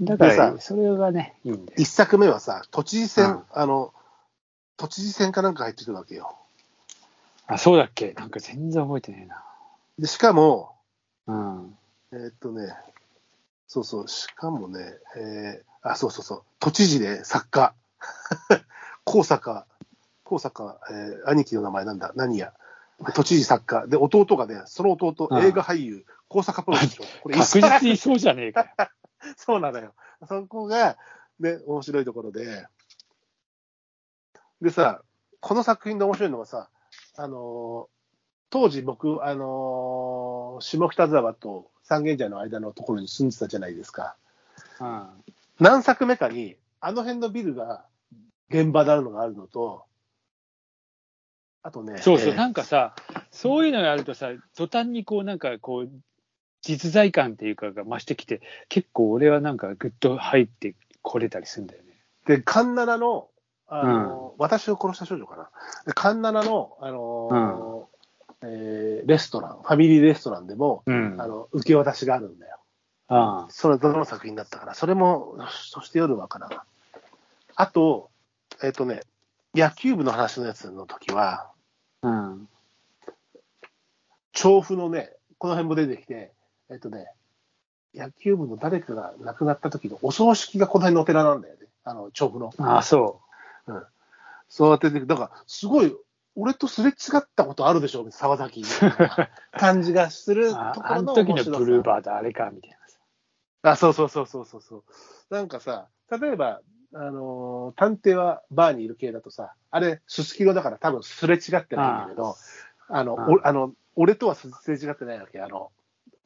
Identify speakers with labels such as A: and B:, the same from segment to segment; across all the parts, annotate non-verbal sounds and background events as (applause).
A: だか
B: でさ
A: ら、それがね、いいんです。
B: 一作目はさ、都知事選、
A: うん
B: あの、都知事選かなんか入ってくるわけよ。
A: あ、そうだっけなんか全然覚えてねえな。
B: で、しかも、
A: うん。
B: えーっとね、そうそう、しかもね、えーあ、そうそうそう、都知事で作家、 (laughs) 高坂、高坂、えー兄貴の名前なんだ、何や、で都知事作家、で、弟がね、その弟
A: う、ん
B: 映画俳優、高坂プロでしょ。これ、
A: 確実にそうじゃね
B: (laughs)
A: えかよ。
B: そうなのよ。そこが、ね、面白いところで。でさ、この作品で面白いのがさ、あのー当時僕、あのー下北沢と三軒茶屋の間のところに住んでたじゃないですか。
A: うん。
B: 何作目かに、あの辺のビルが現場であるのがあるのと、あとね、
A: そうそう、
B: えー
A: なんかさ、そういうのがあるとさ、途端にこう、なんかこう、実在感っていうかが増してきて、結構俺はなんかぐっと入ってこれたりするんだよね。
B: で、カンナナの、あの、私を殺した少女かな。でカンナナの、あのー、えーレストラン、ファミリーレストランでも、
A: うん
B: あの、受け渡しがあるんだよ。
A: あ
B: それどの作品だったかな。それも、そして夜はかな。あと、えっ、とね、野球部の話のやつの時は、
A: あ。うん。
B: 調布のね、この辺も出てきて、えっ、とね、野球部の誰かが亡くなった時のお葬式がこの辺のお寺なんだよね。あの、調布の。
A: ああ、そ
B: そうやってて、だから、すごい、俺とすれ違ったことあるでしょ、沢崎みたい
A: (laughs)
B: な感じがする
A: う。
B: と
A: あ
B: こ
A: あの
B: ろの
A: 時
B: 面
A: の
B: 白さ。
A: ブルーバードあれか、みたいなさ。
B: あ、そうそうそうそうそうそう。なんかさ、例えば、あのー探偵はバーにいる系だとさ、あれ、すすきのだから多分すれ違ってないんだけど、あの、
A: あ
B: おあの、俺とはすれ違ってないわけ。あの、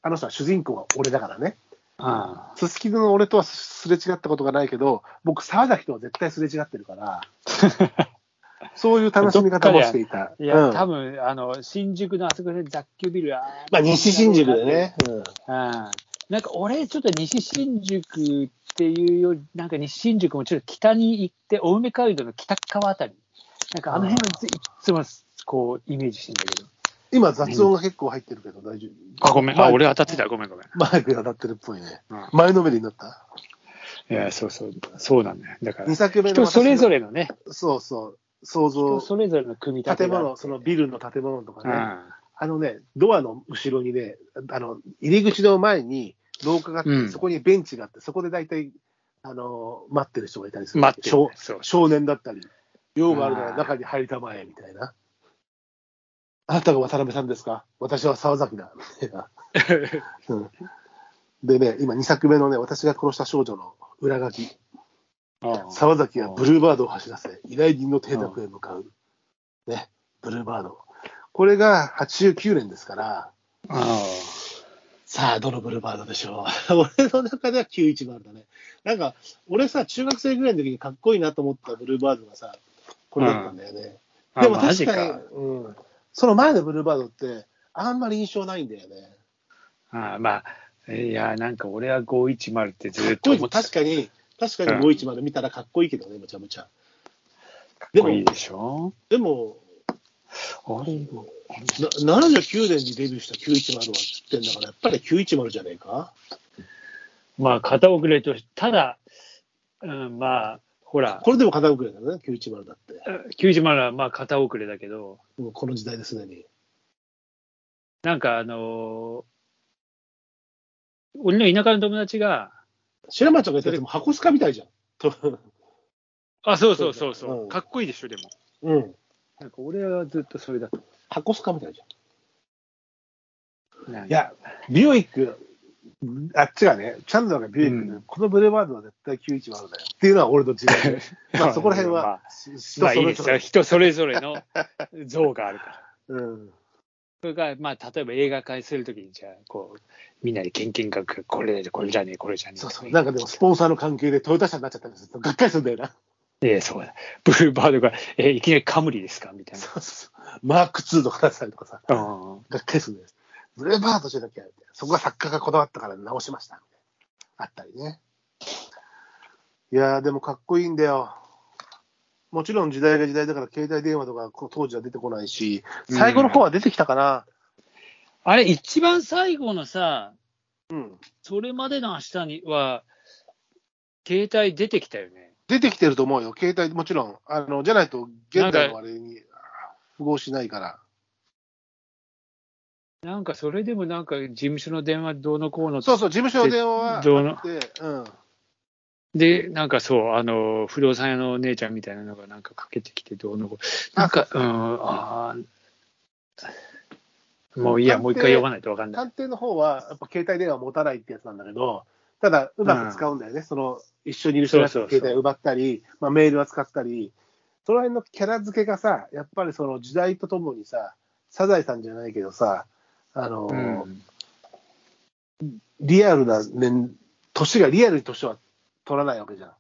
B: あの人は主人公は俺だからね。
A: あ
B: すすきのの俺とはすれ違ったことがないけど、僕、沢崎とは絶対すれ違って
A: (laughs)
B: るから、そういう楽しみ方もしていた。
A: あ。いや、
B: うん
A: 多分、あの、新宿のあそこで雑居ビル、あー
B: まあ、西新宿で。ね。
A: うんなんか俺、ちょっと西新宿っていうより、なんか西新宿もちょっと北に行って、青梅街道の北側あたり、なんかあの辺をいつもこうイメージしてんだけど。
B: 今、雑音が結構入ってるけど、大丈夫。マイク
A: 当たってた、ごめん、ごめん。
B: マイクが当たってるっぽいね。
A: うん
B: 前のめりになった
A: いや、そうそう、そうなんだよ。だか
B: 二
A: ら、
B: 作目の
A: 人それぞ
B: れ。
A: れのね、
B: そうそう。想
A: 人
B: 像。
A: それぞれの組み立て
B: 建
A: があって
B: 物、そのビルの建物とか
A: う
B: ね、
A: ん
B: あのね、ドアの後ろにね、あの、入り口の前に廊下があって、
A: うん
B: そこにベンチがあって、そこで大体、あのー待ってる人がいたりする。
A: 待ってるね
B: 少
A: そう
B: 少年だったり、用があるな
A: あ
B: ら
A: ー
B: 中に入りたまえ、みたいな。あなたが渡辺さんですか私は沢
A: (laughs)
B: 崎だ、みたいな。うんでね、今2作目のね、私が殺した少女の裏書き。
A: うん
B: 沢崎はブルーバードを走らせ、依頼人の邸宅へ向かう。ね、ブルーバード。これが89年ですから、
A: う
B: さあ、どのブルーバードでしょう。 (laughs) 俺の中では910だね。なんか、俺さ、中学生ぐらいの時にかっこいいなと思ったブルーバードがさ、これだったんだよね。
A: ん
B: でも
A: あマ
B: 確
A: ジ
B: かに、うん、その前のブルーバードって、あんまり印象ないんだよね。
A: ああまあ、いや、なんか俺は510ってずっと
B: 当時
A: 思
B: も
A: ってた
B: 確かに、確かに
A: うん
B: 510まで見たらかっこいいけどね、むちゃむちゃ。
A: か
B: で
A: っ
B: も
A: こいいでしょ。
B: でも、
A: あれ
B: な79年にデビューした910はって言ってんだから、やっぱり910じゃねえか
A: まあ、片遅れとし、ただ、うん、まあ、ほら、
B: これでも片送りだよね、910だって。
A: 90万はまあ片遅れだけど、
B: もうこの時代ですでに。
A: なんかあのー俺の田舎の友達が、
B: 白松が言ってても箱スカみたいじゃん。 (laughs) と
A: あ、そうそうそうそう、
B: うん
A: かっこいいでしょ、でも。
B: うん。
A: なんか俺はずっとそれだと。
B: 箱スカみたいじ
A: い
B: ゃん。い、や、ビューイック、あっちがね、チャンドラがビューイックで、
A: うん
B: このブルーバードは絶対910だよ。っていうのは俺の自 (laughs) 分まあそこら辺は、
A: まあ、
B: し
A: まあいいで
B: 人
A: す
B: そ
A: よ、人それ
B: れぞ
A: ぞれの (laughs) 像があるから。
B: れうん。
A: それから、まあ、例えば映画会するときに、じゃあ、こう、みんなでケンケンカク、これ、これじゃねえ、これじゃねえ。
B: そうそう。なんかでも、スポンサーの関係でトヨタ車になっちゃったりすると、がっかりするんだよな。
A: ええそうだ。ブルーバードが、えいきなりカムリですかみたいな。
B: そうそうそう。マーク2の話したりとかさ。
A: うん
B: がっかりするんです。ブルーバードじゃなきゃ、みたいなそこが作家がこだわったから直しました、みたいな。あったりね。いやー、でもかっこいいんだよ。もちろん時代が時代だから携帯電話とかこう当時は出てこないし、最後の方は出てきたかな。
A: あれ、一番最後のさ、
B: うん。
A: それまでの明日には、携帯出てきたよね。
B: 出てきてると思うよ、携帯、もちろん。あのじゃないと、現代のあれに符合しないから。
A: なんかそれでもなんか事務所の電話どうのこうの
B: そうそう、事務所の電話は
A: どうの
B: あって、うん。
A: で、なんかそう、あの、不動産屋のお姉ちゃんみたいなのがなんかかけてきてどうのこう。なんか、うん、ああ。もういいや、もう一回読まないとわかんない。
B: 探偵の方は、やっぱ携帯電話持たないってやつなんだけど、ただ、うまく使うんだよね、その一緒にいる人が
A: そうそう
B: 携
A: そう
B: 帯奪ったり、まあ、メールは使ったり、その辺のキャラ付けがさ、やっぱりその時代とともにさ、サザエさんじゃないけどさ、あの
A: う
B: ー
A: ん。
B: リアルな年、年がリアルに年は取らないわけじゃん、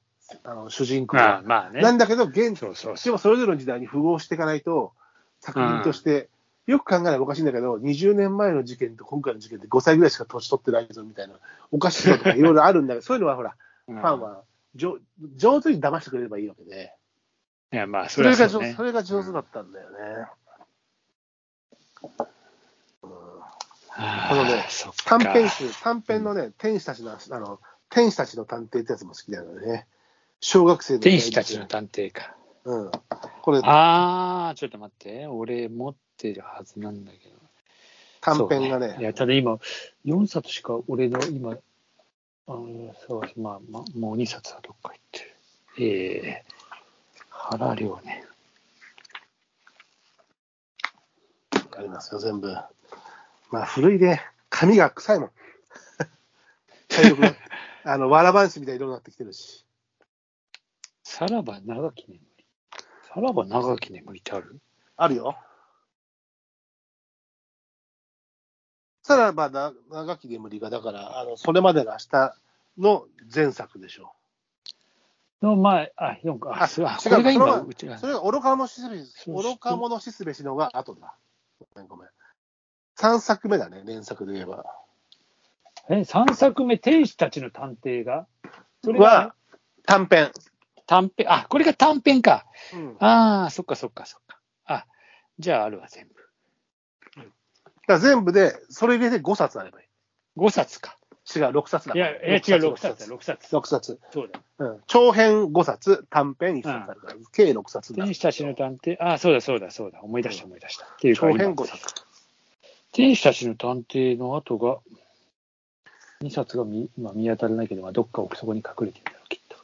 B: あの主人公
A: まあ
B: は、
A: まあね。
B: なんだけど、現
A: そうそうそ
B: でもそれぞれの時代に符合していかないと、作品として、よく考えればおかしいんだけど、20年前の事件と今回の事件って5歳ぐらいしか年取ってないぞみたいな、おかしいのとかいろいろあ
A: (laughs)
B: るんだけど、そういうのはほら、
A: う。
B: ファンは上上手に騙してくれればいいわけで、
A: いや、まあ、そ
B: そ
A: れ
B: れ
A: は
B: が
A: そう
B: 上
A: ね
B: そ。れが上手だったんだよね。うん
A: あ
B: のね
A: ーそっか
B: 短編集、短編のね、天使たちの、あの、天使たちの探偵ってやつも好きだよね。小学生の
A: 天使たちの探偵か。
B: うん。これ
A: ああ、ちょっと待って。俺持ってるはずなんだけど。
B: 短編が
A: そう
B: ね
A: い、や、ただ今、4冊しか俺の今、あの、そうですまあ、まもう2冊はどっか行ってる。ええ原亮ね。
B: ありますよ、全部。まあ、古いね。髪が臭い
A: (laughs)
B: もん。茶色くなあの、わらばんしみたいな色になってきてるし。
A: さらば長き眠り。さらば長き眠りってある
B: あるよ。さらばな、長き眠りが、だから、あの、それまでの明日の前作でしょ
A: の前、あ、4か。
B: あ
A: あ、そうあ
B: 違う
A: これが
B: それ
A: 今、
B: は
A: うち
B: う。
A: が
B: そ。れが愚か者しすべし、
A: そうそう
B: 愚か者しすべしのが後だ。ごめん、ごめん。3作目だね、連作で言えば。
A: え、3作目、天使たちの探偵がそれがね
B: は、短編。
A: 短編、あ、これが短編か。
B: うん。
A: ああ、そっかそっかそっか。あ、じゃああるわ、全部。
B: だから全部で、それ入れて5冊あればいい。
A: 5冊か。
B: 違う、6冊
A: い
B: だか
A: や、
B: ら。
A: いや違う、6冊だ、
B: 6
A: 6冊。
B: 六冊。
A: そうだ。
B: うん。長編5冊、短編1冊あるから、計6冊だ。
A: 天使たちの探偵、ああ、そうだそうだそうだ、思い出した思い出した。っていうか、
B: 長
A: 今
B: 編5冊。
A: 天使たちの探偵の後が、2冊が見今見当たらないけど、まあどっか奥底に隠れてるんだろう、きっと。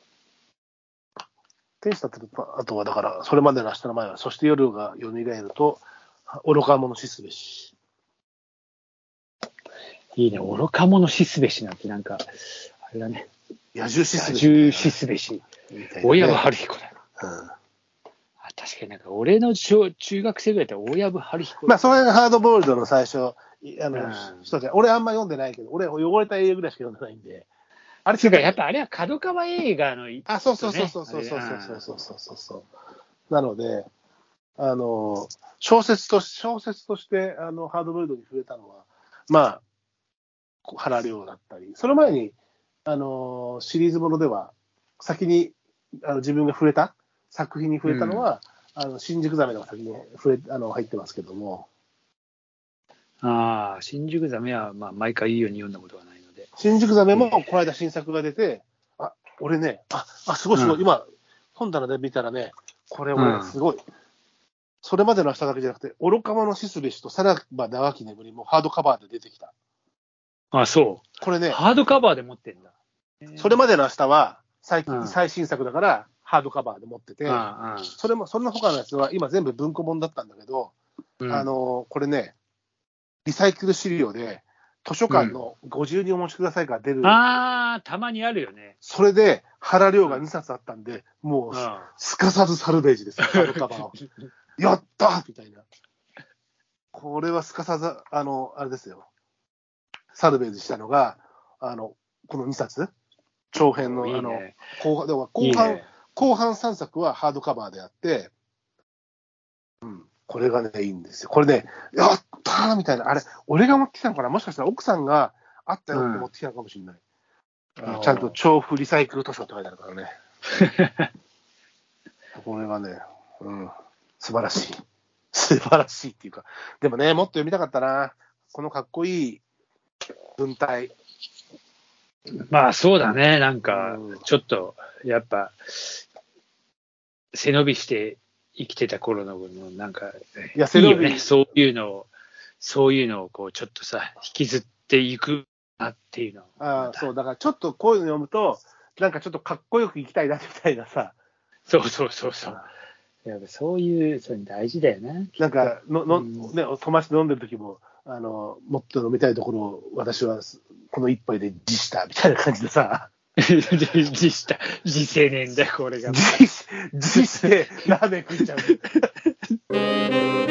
B: 天使たちの、あとはだから、それまでの明日の前は、そして夜が蘇ると、愚か者しすべし。
A: いいね、愚か者しすべしなんて、なんか、あれだね、
B: 野獣しす
A: 野
B: べし。
A: 獣しすべし、
B: みたいなね
A: 親は春彦だ。
B: うん
A: あ確かになんか、俺の小中学生ぐらいだったら、親分春彦
B: まあ、それがハードボールドの最初、いあの
A: うん、
B: 人で、俺あんま読んでないけど、俺汚れた英雄ぐらいしか読んでないんで。あれ
A: つうか、やっぱあれは角川映画の、
B: あ、そうそうそうそうそうそう
A: あれあ
B: そ
A: ー
B: うそうそうそうそう。なので、あの、小説とし、小説として、あの、ハードボイルドに触れたのは、まあ、こう原亮だったり、その前に、あの、シリーズものでは、先にあの自分が触れた作品に触れたのは、あの新宿ザメの先に触れあの入ってますけども、
A: ああ、新宿ザメは、まあ、毎回いいように読んだことはないので。
B: 新宿ザメもこの間新作が出て、あ、俺ね、あ、あすごいすごい、
A: うん
B: 今、本棚で見たらね、これ
A: う
B: 俺
A: ん
B: すごい。それまでの明日だけじゃなくて、愚か者シスベシとさらば長き眠りもハードカバーで出てきた。
A: あそ
B: これ
A: う。
B: ね、
A: ハードカバーで持ってんだ。
B: それまでの明日は最近、
A: うん
B: 最新作だからハードカバーで持ってて、
A: ああ
B: それも、その他のやつは今全部文庫本だったんだけど、
A: うん
B: あの、これね、リサイクル資料で図書館のご自由にお持ちくださいから出る。
A: あーたまにあるよね。
B: それで原亮が2冊あったんで、もうすかさずサルベージですよ、ハードカバ
A: (laughs)
B: ーを。やったーみたいな。これはすかさず、あの、あれですよ。サルベージしたのが、あの、この2冊長編の、
A: い
B: あ
A: い
B: の、
A: ね。
B: 後半、だから
A: い
B: 後
A: い
B: 半、
A: ね。
B: 後半3作はハードカバーであって、うん、これがね、いいんですよ。これね、やったーみたいな、あれ、俺が持ってきたのかなもしかしたら奥さんがあったよって持ってきたのかもしれない。あのちゃんと調布リサイクル図書って書いてあるからね。これはね、うん、素晴らしい。素晴らしいっていうか、でもね、もっと読みたかったな。このかっこいい文体。
A: まあそうだね、なんか
B: うん、
A: ちょっと、やっぱ、背伸びして生きてた頃の、なんか、
B: いや背伸び
A: いいよね、そういうのを、そういうのを、こう、ちょっとさ、引きずっていくなっていうの。
B: ああ、そう、だからちょっとこういうの読むと、なんかちょっとかっこよく行きたいなみたいなさ、
A: そうそうそうそう。やっぱそういう、そういうの大事だよな。
B: なんかの、の
A: うん
B: ね、友達と飲んでる時も、あの、もっと飲みたいところを私はこの一杯で自したみたいな感じでさ、
A: 自した、自青年だ、これが。
B: 自自してラーメン食っちゃう。